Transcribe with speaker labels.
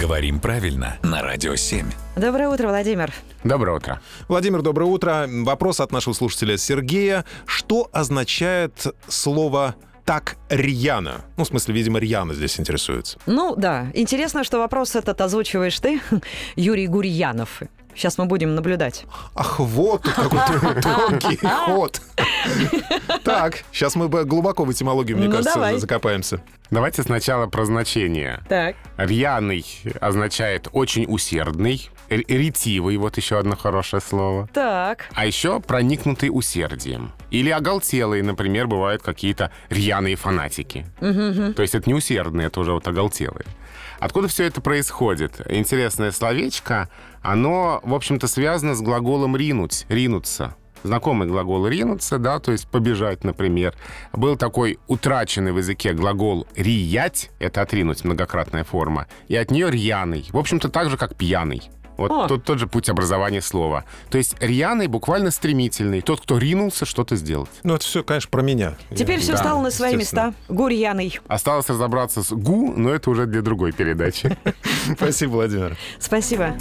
Speaker 1: Говорим правильно на Радио 7.
Speaker 2: Доброе утро, Владимир.
Speaker 3: Доброе утро.
Speaker 4: Владимир, доброе утро. Вопрос от нашего слушателя Сергея. Что означает слово «так рьяно»? Ну, в смысле, видимо, рьяно здесь интересуется.
Speaker 2: Ну да, интересно, что вопрос этот озвучиваешь ты, Юрий Гурьянов. Сейчас мы будем наблюдать.
Speaker 4: Ах, вот тут какой тонкий ход. Так, сейчас мы бы глубоко в этимологию, мне
Speaker 2: Ну,
Speaker 4: кажется,
Speaker 2: давай.
Speaker 4: закопаемся.
Speaker 3: Давайте сначала про значение.
Speaker 2: Так.
Speaker 3: Рьяный означает очень усердный, р- ретивый, вот еще одно хорошее слово.
Speaker 2: Так.
Speaker 3: А еще проникнутый усердием. Или оголтелые, например, бывают какие-то рьяные фанатики. То есть это не усердные, это уже вот оголтелые. Откуда все это происходит? Интересное словечко, оно, в общем-то, связано с глаголом «ринуть», «ринуться». Знакомый глагол «ринуться», да, то есть «побежать», например. Был такой утраченный в языке глагол «риять», это «отринуть», многократная форма, и от нее «рьяный», в общем-то, так же, как «пьяный». Вот
Speaker 2: О.
Speaker 3: тот, тот же путь образования слова. То есть рьяный буквально стремительный. Тот, кто ринулся что-то сделать.
Speaker 4: Ну, это все, конечно, про меня.
Speaker 2: Теперь
Speaker 4: Я-
Speaker 2: все
Speaker 3: Да,
Speaker 2: стало на свои
Speaker 4: естественно.
Speaker 2: места. Гурьяный.
Speaker 3: Осталось разобраться с гу, но это уже для другой передачи.
Speaker 4: Спасибо, Владимир.
Speaker 2: Спасибо.